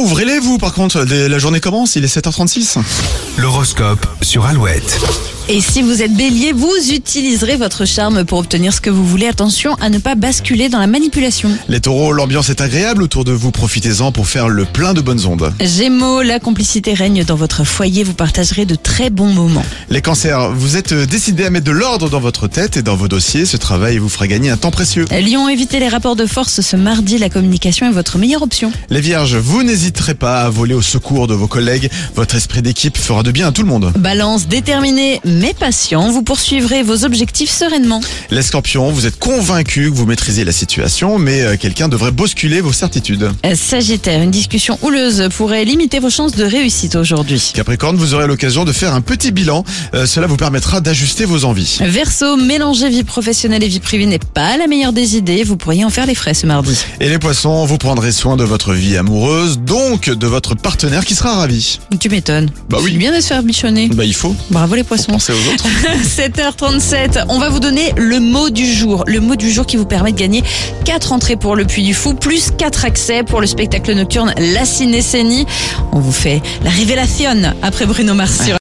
Ouvrez-les vous par contre, dès- la journée commence, il est 7h36. L'horoscope sur Alouette. Et si vous êtes bélier, vous utiliserez votre charme pour obtenir ce que vous voulez. Attention à ne pas basculer dans la manipulation. Les taureaux, l'ambiance est agréable autour de vous, profitez-en pour faire le plein de bonnes ondes. Gémeaux, la complicité règne dans votre foyer, vous partagerez de très bons moments. Les cancers, vous êtes euh, décidés à mettre de l'ordre dans votre tête et dans vos dossiers, ce travail vous fera gagner un temps précieux. Lyon, évitez les rapports de force ce mardi, la communication est votre meilleure option. Les vierges, vous n'hésiterez pas à voler au secours de vos collègues, votre esprit d'équipe fera de bien à tout le monde. Balance, déterminé mais patient, vous poursuivrez vos objectifs sereinement. Les scorpions, vous êtes convaincus que vous maîtrisez la situation, mais euh, quelqu'un devrait bousculer vos certitudes. Sagittaire, une discussion houleuse pourrait limiter vos chances de réussite aujourd'hui. Capricorne, vous aurez l'occasion de faire un petit bilan, euh, cela vous permettra d'ajuster vos envies. Verseau, mélanger vie professionnelle et vie privée n'est pas la meilleure des idées, vous pourriez en faire les frais ce mardi. Et les poissons, vous prendrez soin de votre vie amoureuse, donc de votre partenaire qui sera ravi. Tu m'étonnes. Bah oui. C'est bien de se faire bichonner. Bah il faut, Bravo les faut poissons. penser aux autres. 7h37, on va vous donner le mot du jour. Le mot du jour qui vous permet de gagner 4 entrées pour le Puy du Fou, plus 4 accès pour le spectacle nocturne La Cinécénie. On vous fait la révélation après Bruno Mars sur